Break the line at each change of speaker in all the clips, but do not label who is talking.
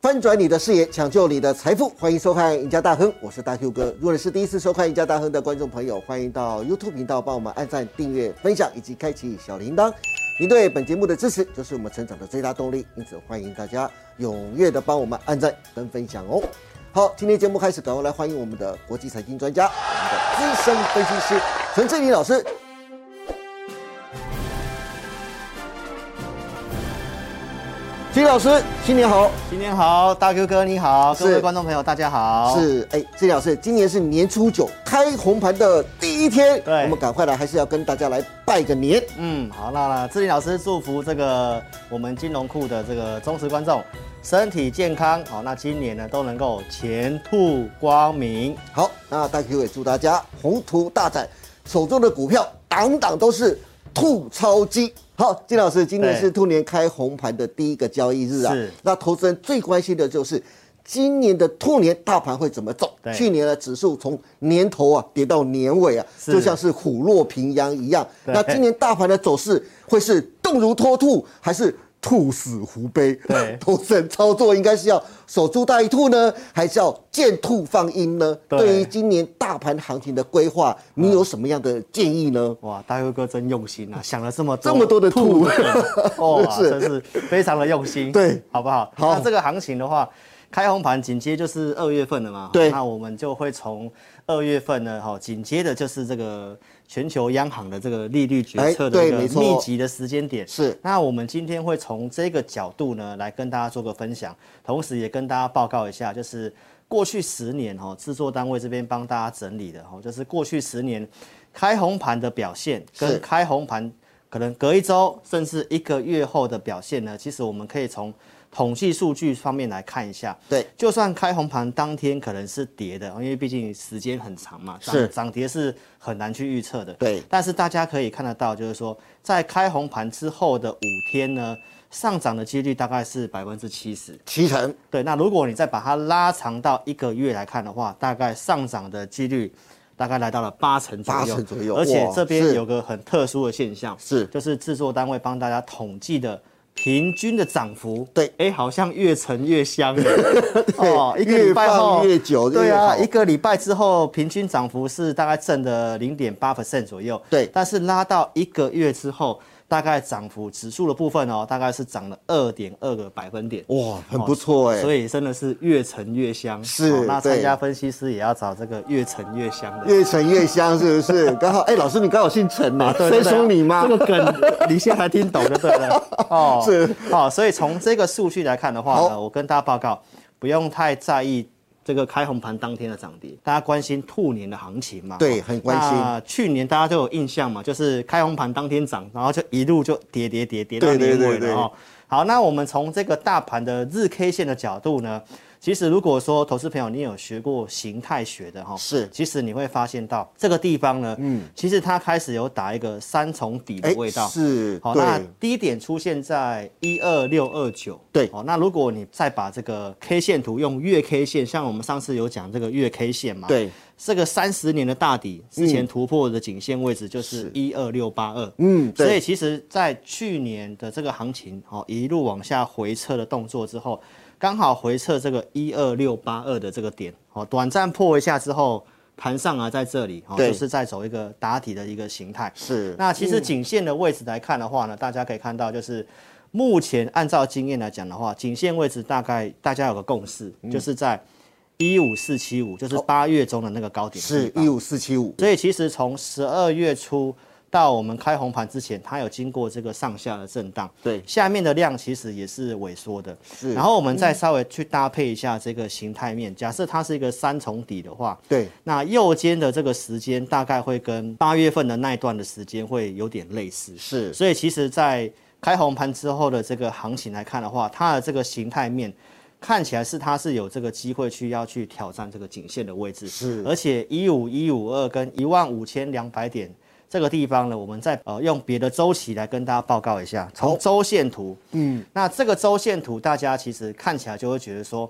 翻转你的视野，抢救你的财富，欢迎收看《赢家大亨》，我是大 Q 哥。如果你是第一次收看《赢家大亨》的观众朋友，欢迎到 YouTube 频道帮我们按赞、订阅、分享以及开启小铃铛。您对本节目的支持就是我们成长的最大动力，因此欢迎大家踊跃的帮我们按赞跟分享哦。好，今天节目开始，赶快来欢迎我们的国际财经专家，我们的资深分析师陈志林老师。金老师，新年好！
新年好，大 Q 哥你好，
是
各位观众朋友大家好。
是，哎，这老师，今年是年初九开红盘的第一天，
对
我们赶快来，还是要跟大家来拜个年。
嗯，好，那那志林老师祝福这个我们金融库的这个忠实观众身体健康，好，那今年呢都能够前途光明。
好，那大 Q 也祝大家宏图大展，手中的股票档档都是兔超鸡。好，金老师，今年
对
是兔年开红盘的第一个交易日啊
是，
那投资人最关心的就是。今年的兔年大盘会怎么走？
对
去年的指数从年头啊跌到年尾啊，
是
就像是虎落平阳一样。
对
那今年大盘的走势会是动如脱兔，还是兔死狐悲？
对
投资人操作应该是要守株待兔呢，还是要见兔放鹰呢？
对
对于今年大盘行情的规划，你有什么样的建议呢？
哇，大 Q 哥真 用心啊，想了这么多
这么多的兔
的 梗哦，哇
是
真是非常的用心，
对
好不好？
好
那这个行情的话，开红盘紧接就是二月份了嘛，
对
那我们就会从二月份呢，哈，紧接着就是这个全球央行的这个利率决策的
哎
一
对
个
没错
密集的时间点，
是
那我们今天会从这个角度呢，来跟大家做个分享，同时也跟大家报告一下，就是过去十年哈、哦，制作单位这边帮大家整理的哈、哦，就是过去十年开红盘的表现
是
跟开红盘可能隔一周甚至一个月后的表现呢，其实我们可以从统计数据方面来看一下。
对，
就算开红盘当天可能是跌的，因为毕竟时间很长嘛，涨
是
涨跌是很难去预测的。
对
但是大家可以看得到，就是说在开红盘之后的五天呢，上涨的几率大概是百分之七十。
七成
对，那如果你再把它拉长到一个月来看的话，大概上涨的几率大概来到了八成左右。
八成左右
而且
哇
这边
是
有个很特殊的现象，
是
就是制作单位帮大家统计的。平均的涨幅，
对
哎、好像越沉越香 耶哦一个
越
礼拜
放
后
越久
对
越好
啊，一个礼拜之后，平均涨幅是大概正的零点八 percent 左右，
对
但是拉到一个月之后，大概涨幅指数的部分哦，大概是涨了二点二个百分点，哦
哇，很不错哎、
所以真的是越沉越香。
是
好那参
对
加分析师也要找这个越沉越香的。
越沉越香，是不 是？刚好哎、老师你刚好姓陈嘛，
啊对
谁
对对
属你吗？
这个梗你现在才听懂就对了。 哦，
是
哦，所以从这个数据来看的话呢，我跟大家报告，不用太在意这个开红盘当天的涨跌，大家关心兔年的行情嘛。
对
哦
很关心
那去年大家都有印象嘛，就是开红盘当天涨，然后就一路就跌跌跌跌到
对对
年尾
对对
了哦。好，那我们从这个大盘的日 K 线的角度呢，其实如果说投资朋友你有学过形态学的哈、哦，
是
其实你会发现到这个地方呢，嗯，其实它开始有打一个三重底的味道。
哎是，
好，那
对，
低点出现在一二六二九，
对
好，那如果你再把这个 K 线图用月 K 线，像我们上次有讲这个月 K 线嘛，，
对，
这个三十年的大底之前突破的颈线位置就是一二六八二，
嗯，
所以
对，
其实，在去年的这个行情哦，一路往下回撤的动作之后，刚好回撤这个一二六八二的这个点哦，短暂破一下之后，盘上啊在这里哦，
对
就是在走一个打底的一个形态。
是，
那其实颈线的位置来看的话呢，大家可以看到就是。目前按照经验来讲的话，颈线位置大概大家有个共识，
嗯
就是在一五四七五，就是八月中的那个高点的地
哦是
方。
一五四七五，
所以其实从十二月初到我们开红盘之前，它有经过这个上下的震荡，
对，
下面的量其实也是萎缩的。
是嗯
然后我们再稍微去搭配一下这个形态面，假设它是一个三重底的话，
对，
那右肩的这个时间大概会跟八月份的那一段的时间会有点类似。
是，
所以其实，在开红盘之后的这个行情来看的话，它的这个形态面看起来是它是有这个机会去要去挑战这个颈线的位置，
是
而且一五一五二跟一万五千两百点这个地方呢，我们再呃用别的周期来跟大家报告一下，从周线图，嗯，那这个周线图大家其实看起来就会觉得说，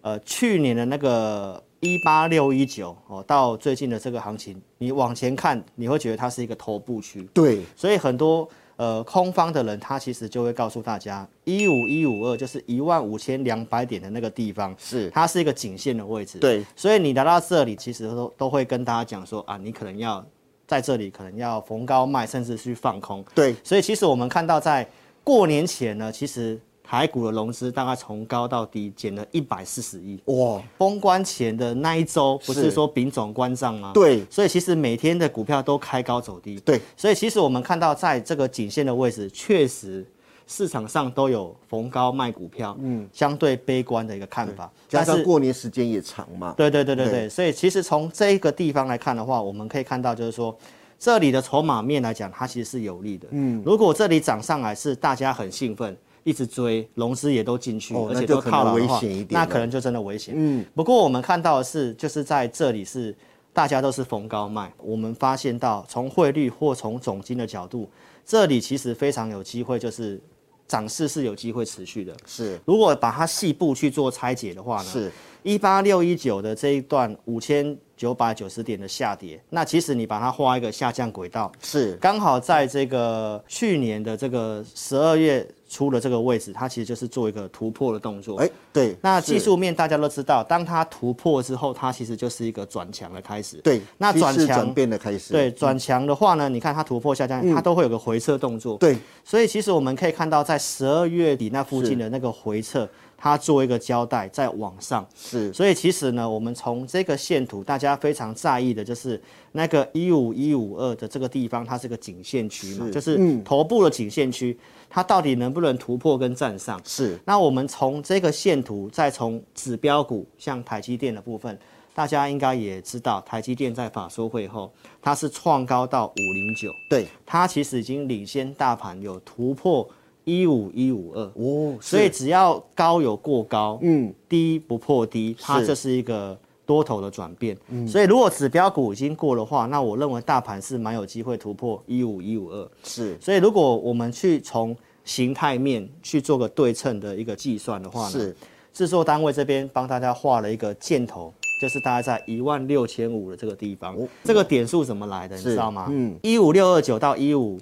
呃，去年的那个。一八六一九哦，到最近的这个行情，你往前看，你会觉得它是一个头部区，
对，
所以很多呃空方的人他其实就会告诉大家，一五一五二就是一万五千两百点的那个地方，
是
它是一个颈线的位置。
对，
所以你来到这里，其实都都会跟大家讲说啊，你可能要在这里可能要逢高卖，甚至去放空。
对，
所以其实我们看到，在过年前呢，其实台股的融资大概从高到低减了一百四十亿。
哇，
哦封关前的那一周，不
是
是说丙种关账吗？
对
所以其实每天的股票都开高走低。
对，
所以其实我们看到，在这个颈线的位置，确实市场上都有逢高卖股票，嗯，相对悲观的一个看法。
加
但
上
是
过年时间也长嘛，
对对对对
对
对，所以其实从这一个地方来看的话，我们可以看到就是说，这里的筹码面来讲，它其实是有利的。嗯，如果这里涨上来是大家很兴奋。一直追，融资也都进去，
哦
而
那
且
就
都
可
套
能
牢的
危
话
险一点
那
了
可能就真的危险。嗯，不过我们看到的是，就是在这里是大家都是逢高卖，我们发现到从汇率或从总金的角度，这里其实非常有机会，就是涨势是有机会持续的。
是
如果把它细部去做拆解的话呢，
是
一八六一九的这一段五千九百九十点的下跌，那其实你把它画一个下降轨道，
是
刚好在这个去年的这个十二月初的这个位置，它其实就是做一个突破的动作。
哎、对，
那
是
技术面大家都知道，当它突破之后，它其实就是一个转强的开始。
对，
那
趋
转
势转
强。
变的开始，
对转强的话呢，你看它突破下降，它都会有个回撤动作。
嗯对
所以其实我们可以看到，在十二月底那附近的那个回撤，它做一个交代，再往上。
是
所以其实呢，我们从这个线图，大家非常在意的就是那个一五一五二的这个地方，它是个颈线区嘛，就是头部的颈线区，它到底能不能突破跟站上？
是
那我们从这个线图，再从指标股，像台积电的部分，大家应该也知道，台积电在法说会后，它是创高到五零九，
对
它其实已经领先大盘有突破一五一五二。
哦，
所以只要高有过高，嗯，低不破低，它
是嗯
这是一个多头的转变。所以如果指标股已经过的话，那我认为大盘是蛮有机会突破一五一五二。
是
所以如果我们去从形态面去做个对称的一个计算的话呢，
是
制作单位这边帮大家画了一个箭头，就是大概在一万六千五的这个地方。这个点数怎么来的，你
哦是
知道吗？嗯，一五六二九到一五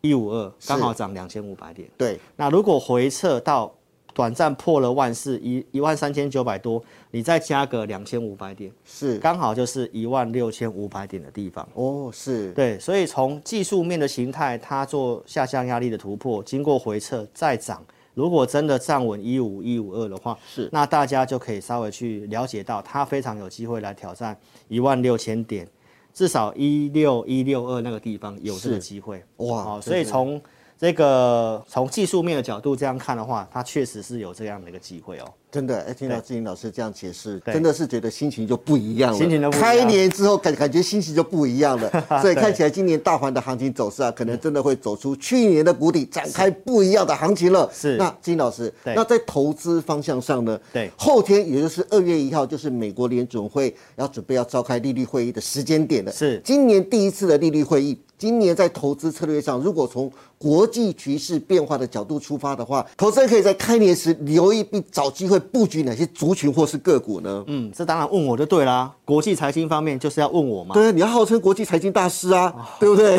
一五二，刚好涨两千五百点。
对
那如果回撤到短暂破了万四一一万三千九百多，你再加个两千五百点，
是
刚好就是一万六千五百点的地方。
哦是
对，所以从技术面的形态，它做下降压力的突破，经过回撤再涨，如果真的站稳一五一五二的话，
是
那大家就可以稍微去了解到，它非常有机会来挑战一万六千点，至少一六一六二那个地方有这个
是
机会。
哇
好，
对
所
对
以从这个从技术面的角度这样看的话，它确实是有这样的一个机会哦。
真的，哎，听到
对
志玲老师这样解释，
对
真的是觉得心情就不一样了。
心情就不一样
开年之后感感觉心情就不一 样了，所以看起来今年大盘的行情走势啊，可
嗯
能真的会走出去年的谷底，展开不一样的行情了。
是
那志玲老师，
对
那在投资方向上呢？
对
后天也就是二月一号，就是美国联准会要准备要召开利率会议的时间点了。
是
今年第一次的利率会议，今年在投资策略上，如果从国际局势变化的角度出发的话，投资人可以在开年时留意并找机会布局哪些族群或是个股呢？
嗯，这当然问我就对啦。国际财经方面就是要问我嘛。
对啊，你要号称国际财经大师啊，对不 对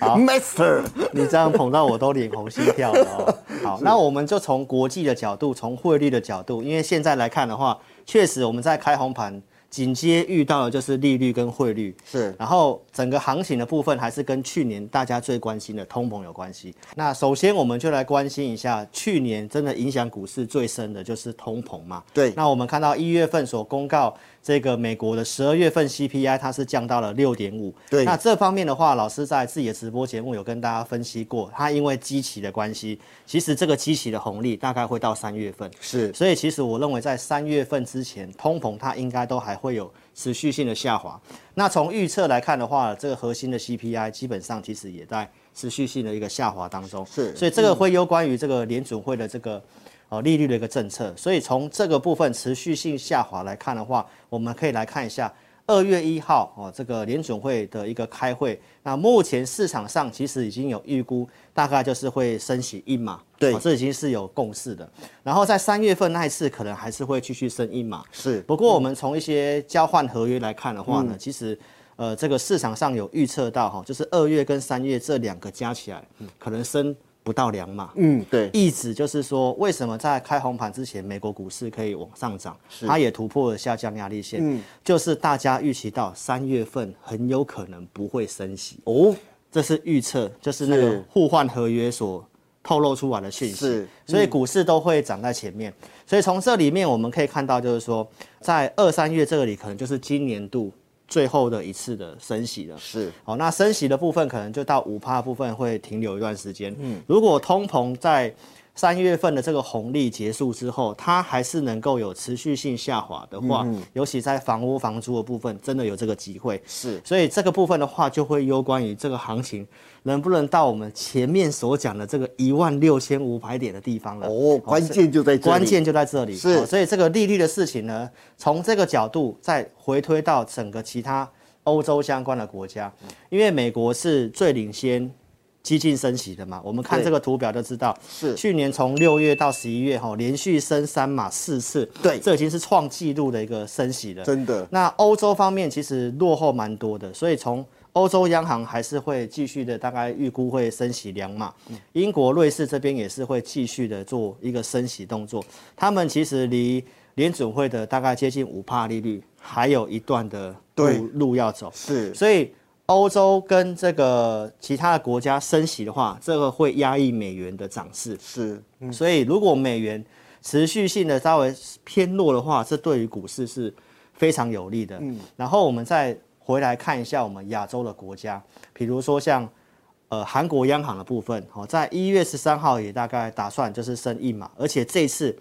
？Master，
你这样捧到我都脸红心跳了、哦。好，那我们就从国际的角度，从汇率的角度，因为现在来看的话，确实我们在开红盘，紧接遇到的就是利率跟汇率。
是
然后整个行情的部分还是跟去年大家最关心的通膨有关系。那首先我们就来关心一下，去年真的影响股市最深的就是通膨嘛？
对
那我们看到一月份所公告这个美国的十二月份 CPI 它是降到了六点五。
对
那这方面的话，老师在自己的直播节目有跟大家分析过，它因为基期的关系，其实这个基期的红利大概会到三月份。
是
所以其实我认为在三月份之前，通膨它应该都还会有持续性的下滑。那从预测来看的话，这个核心的 CPI 基本上其实也在持续性的一个下滑当中。
是
所以这个会攸关于这个联准会的这个。呃，利率的一个政策，所以从这个部分持续性下滑来看的话，我们可以来看一下二月一号哦，这个联准会的一个开会。那目前市场上其实已经有预估，大概就是会升息一码，
对
哦这已经是有共识的。然后在三月份那一次，可能还是会继续升一码。
是
不过我们从一些交换合约来看的话呢，其实呃，这个市场上有预测到哈，就是二月跟三月这两个加起来，可能升不到两码。
嗯，对，
意指就是说，为什么在开红盘之前，美国股市可以往上涨，它也突破了下降压力线，就是大家预期到三月份很有可能不会升息，
哦，
这是预测，就是那个
是
互换合约所透露出来的讯息，
是嗯
所以股市都会涨在前面。所以从这里面我们可以看到，就是说，在二三月这里可能就是今年度最后的一次的升息了。
是
好，那升息的部分可能就到五趴部分会停留一段时间。嗯，如果通膨在三月份的这个红利结束之后，它还是能够有持续性下滑的话，
嗯
尤其在房屋房租的部分，真的有这个机会。
是，
所以这个部分的话，就会攸关于这个行情能不能到我们前面所讲的这个一万六千五百点的地方了。
哦，关键就在这里，
关键就在这里。
是
哦所以这个利率的事情呢，从这个角度再回推到整个其他欧洲相关的国家，
嗯
因为美国是最领先。激进升息的嘛，我们看
对
这个图表就知道，
是
去年从六月到十一月哈，连续升三码四次，
对
这已经是创纪录的一个升息了。
真的，
那欧洲方面其实落后蛮多的，所以从欧洲央行还是会继续的，大概预估会升息两码。英国、瑞士这边也是会继续的做一个升息动作，他们其实离联准会的大概接近五帕利率还有一段的路
对
路要走，
是
所以。欧洲跟这个其他的国家升息的话，这个会压抑美元的涨势。
是，
所以如果美元持续性的稍微偏弱的话，这对于股市是非常有利的。然后我们再回来看一下我们亚洲的国家，比如说像呃韩国央行的部分，哦，在一月十三号也大概打算就是升一码，而且这次。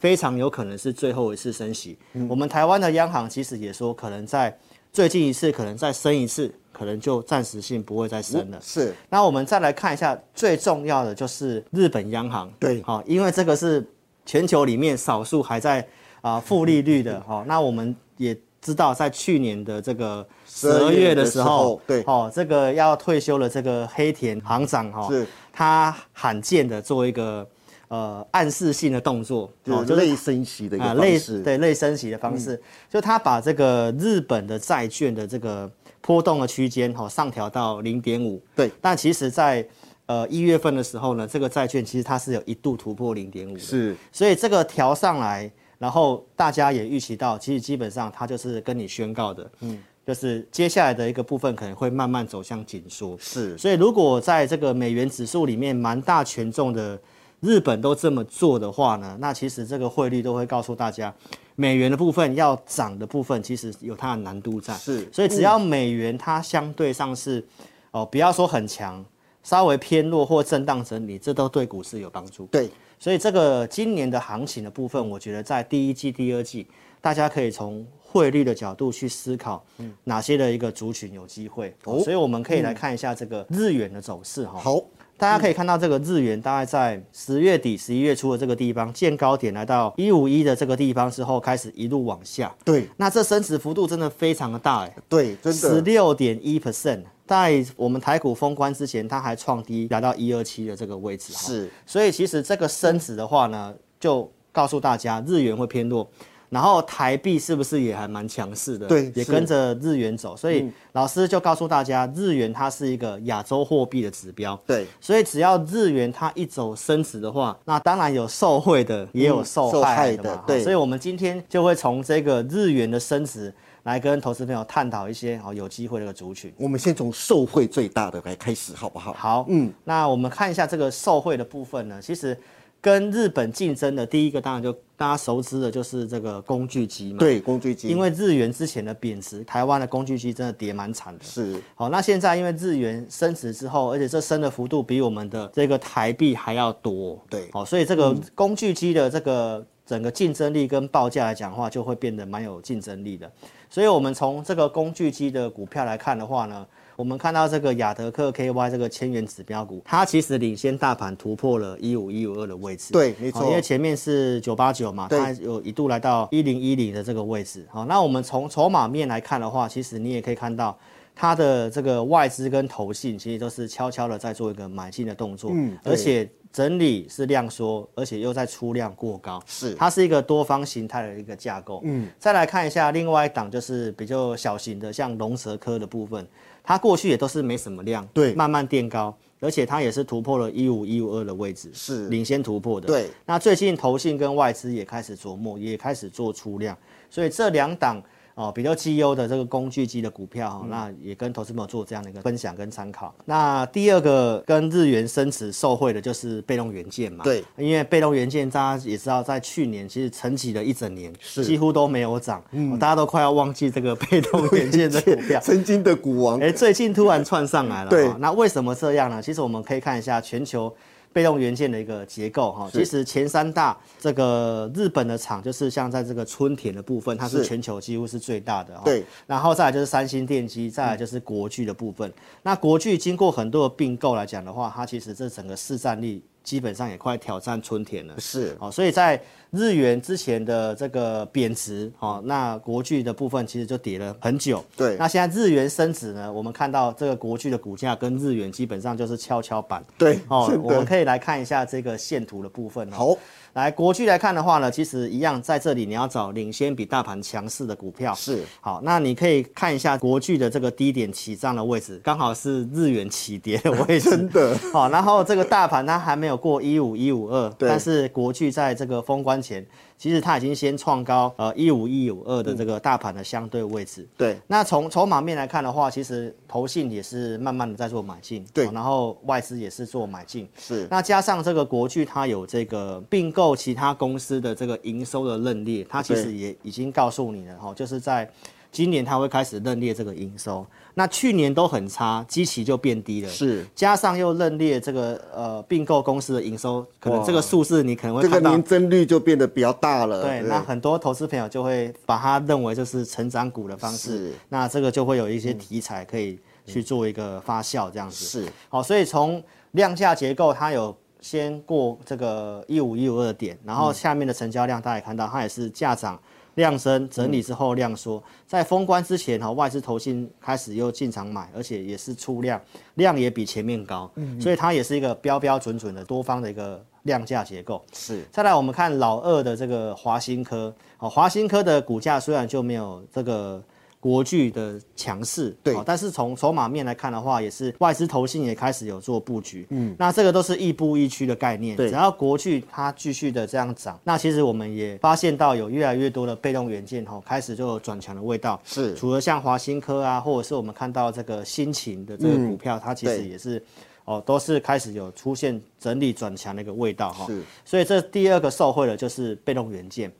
非常有可能是最后一次升息。我们台湾的央行其实也说，可能在最近一次，可能再升一次，可能就暂时性不会再升了。
是
那我们再来看一下，最重要的就是日本央行，
对
好、因为这个是全球里面少数还在啊、负利
嗯
率的，好、那我们也知道，在去年的这个十
12
二
月
月
的
的
时
时
候
候，
对
哦，这个要退休了，这个黑田行长哈、
是
他罕见的做一个呃暗示性的动作，
就
哦
是类升息的一个
啊，
方
类
式，嗯
对类升息的方式，就他把这个日本的债券的这个波动的区间哈、哦、上调到零点五，
对，
但其实在呃一月份的时候呢，这个债券其实它是有一度突破零点五，
是
所以这个调上来，然后大家也预期到，其实基本上它就是跟你宣告的，嗯，就是接下来的一个部分可能会慢慢走向紧缩，
是
所以如果在这个美元指数里面蛮大权重的日本都这么做的话呢，那其实这个汇率都会告诉大家，美元的部分要涨的部分其实有它的难度在。
是
所以只要美元它相对上是，哦、不要说很强，稍微偏弱或震荡整理，这都对股市有帮助。
对，
所以这个今年的行情的部分，我觉得在第一季、第二季，大家可以从汇率的角度去思考，哪些的一个族群有机会。
哦
所以我们可以来看一下这个日元的走势哈。
好，嗯
大家可以看到，这个日元大概在十月底、十一月初的这个地方见高点，来到一五一的这个地方之后，开始一路往下。
对
那这升值幅度真的非常的大哎、
对，真
十
的
六点一 percent，在我们台股封关之前，它还创低来到一二七的这个位置哈。
是
所以其实这个升值的话呢，就告诉大家日元会偏弱，然后台币是不是也还蛮强势的？
对
也
是
跟着日元走。所以老师就告诉大家，日元它是一个亚洲货币的指标。
对，
所以只要日元它一走升值的话，那当然有受惠的，也有
受
受
害
害
的
的嘛。
对
所以我们今天就会从这个日元的升值来跟投资朋友探讨一些哦有机会的一个族群。
我们先从受惠最大的来开始，好不好？
好，嗯，那我们看一下这个受惠的部分呢，其实跟日本竞争的第一个当然就大家熟知的就是这个工具机嘛，，
对，工具机，
因为日元之前的贬值，台湾的工具机真的跌蛮惨的。
是
好，那现在因为日元升值之后，而且这升的幅度比我们的这个台币还要多，
对嗯
好，所以这个工具机的这个整个竞争力跟报价来讲的话，就会变得蛮有竞争力的。所以我们从这个工具机的股票来看的话呢，我们看到这个亚德克 KY 这个千元指标股，它其实领先大盘突破了一五一五二的位置，
对没错
好因为前面是九八九嘛，
对
它有一度来到一零一零的这个位置。好，那我们从筹码面来看的话，其实你也可以看到。它的这个外资跟投信其实都是悄悄的在做一个买进的动作，
嗯对
而且整理是量缩，而且又在出量过高，
是
它是一个多方形态的一个架构。嗯，再来看一下另外一档就是比较小型的，像龙蛇科的部分，它过去也都是没什么量，
对
慢慢垫高。而且它也是突破了一五一五二的位置，
是
领先突破的。
对，
那最近投信跟外资也开始琢磨，也开始做出量，所以这两档哦比较绩优的这个工具机的股票哈、那也跟投资朋友做这样的一个分享跟参考。那第二个跟日元升值受惠的就是被动元件嘛，
对，。
因为被动元件大家也知道，在去年其实沉寂了一整年，是几乎都没有涨、哦大家都快要忘记这个 被动元件的股票
曾经的股王
啊哎、，最近突然窜上来了。
对
哈那为什么这样呢？其实我们可以看一下全球被动元件的一个结构哈。
是
其实前三大这个日本的厂，就是像在这个春田的部分，它是
是
全球几乎是最大的哈。
对。
然后再来就是三星电机，再来就是国巨的部分。那国巨经过很多的并购来讲的话，它其实这整个市占率基本上也快挑战春田了。
是
哦，所以在日元之前的这个贬值，哦，那国巨的部分其实就跌了很久。
对
那现在日元升值呢，我们看到这个国巨的股价跟日元基本上就是跷跷板。
对
哦
是，
我们
的，
可以来看一下这个线图的部分、哦。
好，
来国巨来看的话呢，其实一样，在这里你要找领先比大盘强势的股票。
是
好，那你可以看一下国巨的这个低点起涨的位置，刚好是日元起跌 的位置。
真的
好，然后这个大盘它还没有过一五一五二，
对
但是国巨在这个封关前，其实它已经先创高呃一五一五二的
嗯
这个大盘的相对位置。
对，
那从筹码面来看的话，其实投信也是慢慢的在做买进，哦
对
好然后外资也是做买进，
是
那加上这个国巨，它有这个并购其他公司的这个营收的认列，它其实
对
也已经告诉你了哈，就是在今年它会开始认列这个营收。那去年都很差，基期就变低了。
是，
加上又认列这个呃并购公司的营收，可能
哇
这个数字你可能会
这个
看到
年增率就变得比较大了。
对，那很多投资朋友就会把它认为就是成长股的方
是嗯
式，那这个就会有一些题材可以去做一个发酵这样子。
是
好，所以从量价结构，它有先过这个一五一五二点，然后下面的成交量大家也看到，它也是价涨。量升整理之后量缩，在封关之前哈，外资投信开始又进场买，而且也是出量，量也比前面高，所以它也是一个标标准准的多方的一个量价结构。
是
再来，我们看老二的这个华新科，好，华新科的股价虽然就没有这个国巨的强势，哦
对
好但是从筹码面来看的话，也是外资投信也开始有做布局，嗯，那这个都是亦步亦趋的概念，
对
只要国巨它继续的这样涨，那其实我们也发现到有越来越多的被动元件哈、开始就有转强的味道，
是
除了像华新科啊，或者是我们看到这个新情的这个股票，它其实
嗯对
也是。哦，都是开始有出现整理转强的一个味道哈、
是
所以这第二个受惠的就是被动元件。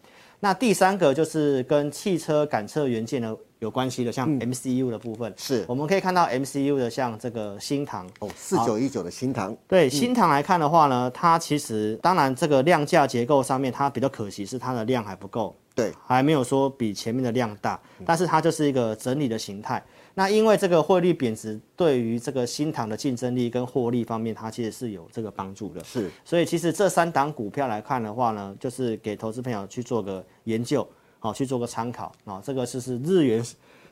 那第三个就是跟汽车感测元件呢有关系的，像 MCU 的部分，
嗯是
我们可以看到 MCU 的像这个新唐，
哦，四九一九的新塘
对新塘来看的话呢，它其实当然这个量价结构上面，它比较可惜是它的量还不够，
对，嗯
还没有说比前面的量大，但是它就是一个整理的形态。那因为这个汇率贬值，对于这个新塘的竞争力跟获利方面，它其实是有这个帮助的。
是
所以其实这三档股票来看的话呢，就是给投资朋友去做个研究，好、去做个参考啊、这个就是日元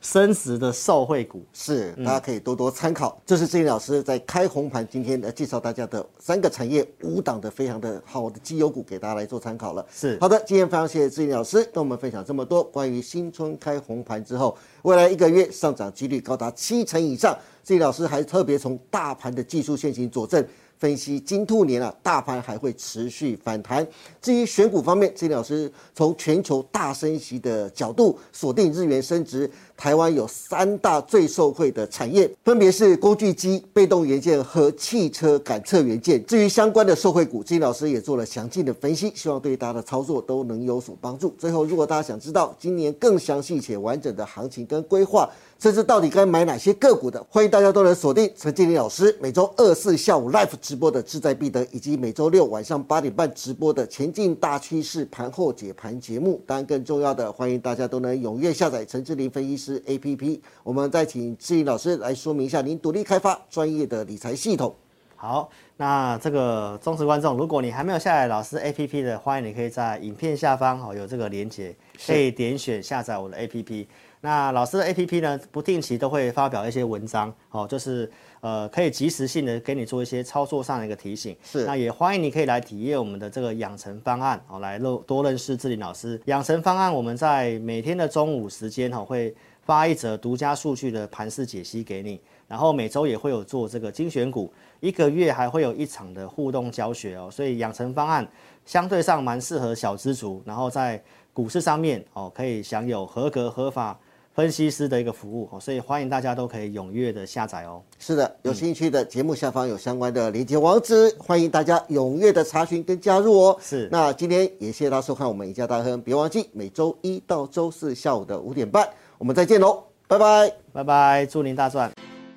升值的受惠股。
是，
嗯
大家可以多多参考。这是志林老师在开红盘今天来呃介绍大家的三个产业五档的非常的好的绩优股，给大家来做参考了。
是
好的，今天非常谢谢志林老师跟我们分享这么多关于新春开红盘之后，未来一个月上涨几率高达七成以上。志林老师还特别从大盘的技术线型佐证。分析金兔年啊，大盘还会持续反弹。至于选股方面，志林老师从全球大升息的角度锁定日元升值，台湾有三大最受惠的产业，分别是工具机、被动元件和汽车感测元件。至于相关的受惠股，志林老师也做了详尽的分析，希望对大家的操作都能有所帮助。最后，如果大家想知道今年更详细且完整的行情跟规划，甚至到底该买哪些个股的，欢迎大家都能锁定陈建林老师每周二四下午 live 直播的《志在必得》，以及每周六晚上八点半直播的《前进大趋势盘后解盘》节目。当然，更重要的，欢迎大家都能踊跃下载陈志林分析师 APP。我们再请志林老师来说明一下您独立开发专业的理财系统。
好，那这个忠实观众，如果你还没有下载老师 APP 的，欢迎你可以在影片下方哦有这个连接，可以点选下载我的 APP。那老师的 APP 呢，不定期都会发表一些文章，哦，就是呃可以及时性的给你做一些操作上的一个提醒。
是
那也欢迎你可以来体验我们的这个养成方案，哦，来认多认识志玲老师。养成方案我们在每天的中午时间，哦，会发一则独家数据的盘势解析给你。然后每周也会有做这个精选股，一个月还会有一场的互动教学哦，所以养成方案相对上蛮适合小资族，然后在股市上面哦可以享有合格合法分析师的一个服务哦，所以欢迎大家都可以踊跃的下载哦。
是的，有兴趣的节目下方有相关的连接网址，欢迎大家踊跃的查询跟加入哦。
是
那今天也谢谢大家收看我们赢家大亨，别忘记每周一到周四下午的五点半，我们再见喽，拜拜。
拜拜，祝您大赚！